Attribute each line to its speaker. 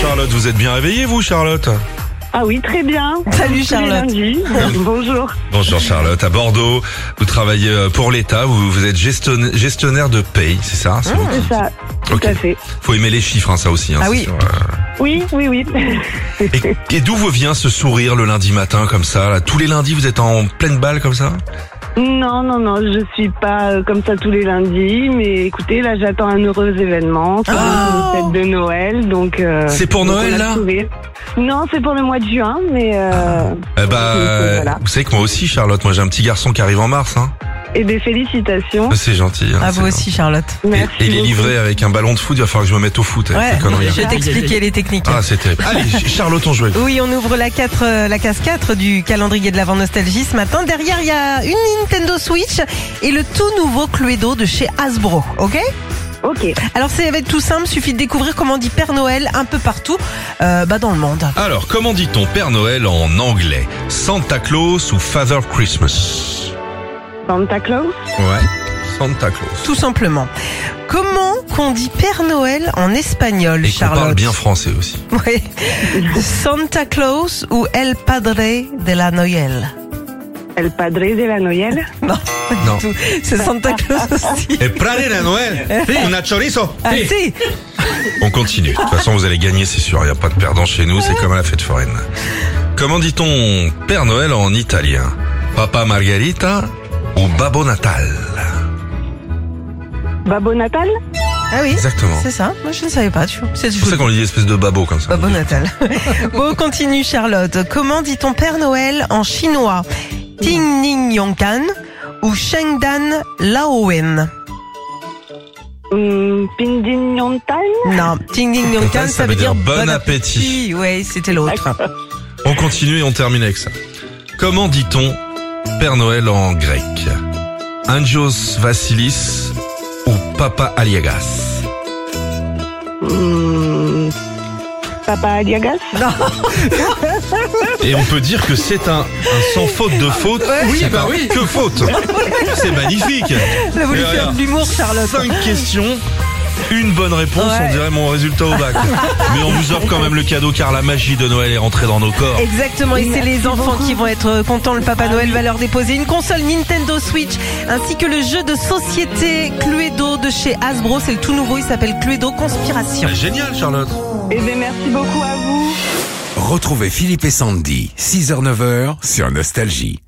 Speaker 1: Charlotte, vous êtes bien réveillée, vous, Charlotte
Speaker 2: Ah oui, très bien.
Speaker 3: Salut,
Speaker 2: Tous les
Speaker 3: Charlotte.
Speaker 2: lundis. Bonjour.
Speaker 1: Bonjour, Charlotte. À Bordeaux, vous travaillez euh, pour l'État, vous, vous êtes gestion- gestionnaire de paye, c'est ça C'est vous
Speaker 2: C'est
Speaker 1: qui-
Speaker 2: ça, tout
Speaker 1: Ok.
Speaker 2: à fait.
Speaker 1: Faut aimer les chiffres, hein, ça aussi. hein,
Speaker 3: Ah
Speaker 1: c'est
Speaker 3: oui.
Speaker 1: sûr, euh.
Speaker 2: Oui, oui, oui.
Speaker 1: Et, et d'où vous vient ce sourire le lundi matin, comme ça là Tous les lundis, vous êtes en pleine balle, comme ça
Speaker 2: non, non, non, je suis pas euh, comme ça tous les lundis, mais écoutez, là, j'attends un heureux événement. C'est
Speaker 3: Ah.
Speaker 2: une fête de Noël, donc. euh,
Speaker 1: C'est pour
Speaker 2: donc
Speaker 1: Noël,
Speaker 2: on a
Speaker 1: là
Speaker 2: trouvé. Non, c'est pour le mois de juin, mais. Euh,
Speaker 1: Eh bah,
Speaker 2: donc, voilà.
Speaker 1: vous savez que moi aussi, Charlotte, moi j'ai un petit garçon qui arrive en mars. Hein.
Speaker 2: Eh bien, félicitations.
Speaker 1: C'est gentil. hein,
Speaker 3: Ah,
Speaker 1: c'est
Speaker 3: vous aussi, Charlotte.
Speaker 1: Et,
Speaker 2: Merci.
Speaker 1: et il est
Speaker 2: beaucoup.
Speaker 1: livré avec un ballon de foot, il va falloir que je me mette au foot avec
Speaker 3: Ouais,
Speaker 1: ces conneries.
Speaker 3: je vais t'expliquer les techniques.
Speaker 1: Ah, c'est terrible. Allez, Ch- Charlotte, on joue avec vous.
Speaker 3: Oui, on ouvre la, 4, euh, la case 4 du calendrier de l'avant nostalgie ce matin. Derrière, il y a une Nintendo Switch et le tout nouveau Cluedo de chez Hasbro, ok
Speaker 2: Ok.
Speaker 3: Alors, ça va être tout simple, suffit de découvrir comment on dit Père Noël un peu partout euh, bah, dans le monde.
Speaker 1: Alors, comment dit-on Père Noël en anglais Santa Claus ou Father Christmas
Speaker 2: Santa Claus
Speaker 1: Ouais, Santa Claus.
Speaker 3: Tout simplement. Comment qu'on dit Père Noël en espagnol,
Speaker 1: Et qu'on
Speaker 3: Charlotte
Speaker 1: parle bien français aussi.
Speaker 3: Ouais. Santa Claus ou El Padre de la Noël
Speaker 2: El Padre de la Noël
Speaker 3: Non, pas
Speaker 1: Non.
Speaker 3: du tout. C'est Santa Claus aussi.
Speaker 1: Et la Noël a chorizo
Speaker 3: Ah, si.
Speaker 1: On continue. De toute façon, vous allez gagner, c'est sûr. Il n'y a pas de perdant chez nous, c'est comme à la fête foraine. Comment dit-on Père Noël en italien Papa Margherita ou Babbo Natal
Speaker 2: Babo Natal
Speaker 3: Ah oui.
Speaker 1: Exactement.
Speaker 3: C'est ça. Moi, je ne savais pas. tu vois. C'est
Speaker 1: C'est pour ça qu'on lui dit espèce de babo comme ça.
Speaker 3: Pas bon Natal. bon, on continue, Charlotte. Comment dit-on Père Noël en chinois Ting Ning Yongkan ou Shengdan Laowen
Speaker 2: Hum, Pindin Yontan
Speaker 3: Non, Ting Ning Yongkan, ça, veut dire,
Speaker 1: bon appétit.
Speaker 3: Oui, c'était l'autre.
Speaker 1: On continue et on termine avec ça. Comment dit-on Père Noël en grec Angios Vassilis ou Papa Aliagas
Speaker 2: Hum, Papa Aliagas
Speaker 1: Et on peut dire que c'est un, un sans faute de faute. Oui, bah oui. Que faute C'est magnifique
Speaker 3: Elle a voulu
Speaker 1: Et
Speaker 3: faire
Speaker 1: voilà.
Speaker 3: de l'humour, Charlotte.
Speaker 1: Cinq questions, une bonne réponse,
Speaker 3: Ouais.
Speaker 1: on dirait mon résultat au bac. Mais on vous offre quand même le cadeau car la magie de Noël est rentrée dans nos corps.
Speaker 3: Exactement, et c'est les enfants qui vont être contents. Le Papa Noël va leur déposer une console Nintendo Switch ainsi que le jeu de société Cluedo de chez Hasbro. C'est le tout nouveau, il s'appelle Cluedo Conspiration.
Speaker 1: Ah, Génial Charlotte
Speaker 2: Eh bien, merci beaucoup à vous.
Speaker 4: Retrouvez Philippe et Sandy, 6h-9h sur Nostalgie.